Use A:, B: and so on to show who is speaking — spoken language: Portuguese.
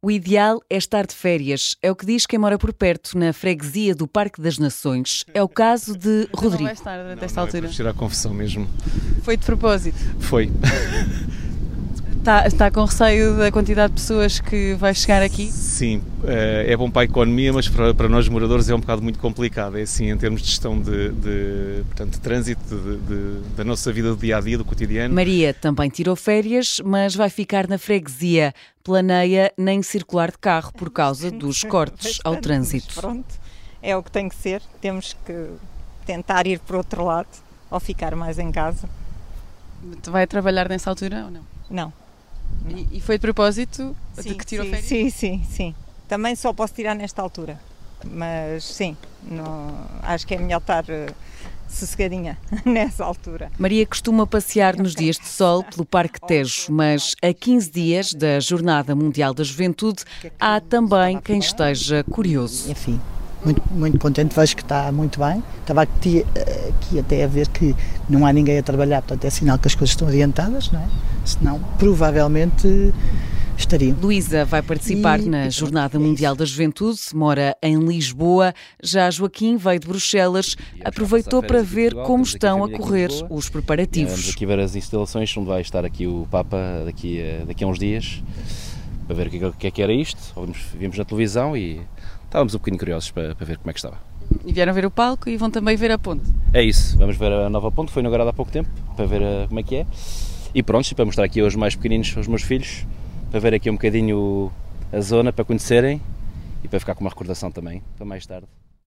A: O ideal é estar de férias, é o que diz quem mora por perto, na freguesia do Parque das Nações. É o caso de
B: Não vai
A: Rodrigo.
B: estar durante
C: Não,
B: esta
C: não, É
B: altura.
C: para fugir à confissão mesmo.
B: Foi de propósito.
C: Foi.
B: Está, está com receio da quantidade de pessoas que vai chegar aqui?
C: Sim, eh, é bom para a economia, mas para, para nós moradores é um bocado muito complicado. É assim, em termos de gestão de, de, portanto, de trânsito de- de- da nossa vida do dia a dia, do cotidiano.
A: Maria também tirou férias, mas vai ficar na freguesia. Planeia nem circular de carro por causa dos cortes ao
D: Bastante, mas
A: trânsito.
D: Pronto, é o que tem que ser. Temos que tentar ir para outro lado ou ficar mais em casa.
B: Vai trabalhar nessa altura ou não?
D: Não.
B: E, e foi de propósito de que tirou
D: sim,
B: férias?
D: Sim, sim, sim. Também só posso tirar nesta altura. Mas sim, não- acho que é melhor estar eh, sossegadinha nessa altura.
A: Maria costuma passear nos dias de sol pelo Parque Tejo, mas a 15 dias da Jornada Mundial da Juventude há também quem esteja curioso.
E: Enfim, muito, muito contente, vejo que está muito bem. Estava aqui, eh, aqui até a ver que não há ninguém a trabalhar, portanto é sinal que as coisas estão orientadas, não é? Senão, provavelmente eh, estariam.
A: Luísa vai participar
E: E-
A: na
E: e pronto,
A: Jornada
E: é
A: Mundial
E: isso.
A: da Juventude, mora em Lisboa. Já Joaquim veio de Bruxelas, aproveitou para ver como estão a correr os
F: Vamos
A: preparativos.
F: aqui ver as instalações, onde vai estar aqui o Papa daqui a, daqui a uns dias, para ver o que, é que- o que é que era isto. Vimos, vimos na televisão e estávamos um bocadinho curiosos para, para ver como é que estava.
B: E vieram ver o palco e vão também ver a ponte.
F: É isso, vamos ver a nova ponte, foi inaugurada há pouco tempo, para ver eh, como é que é. E pronto, e para mostrar aqui aos mais pequeninos, aos meus filhos, para ver aqui um bocadinho a zona, para conhecerem e para ficar com uma recordação também, para mais tarde.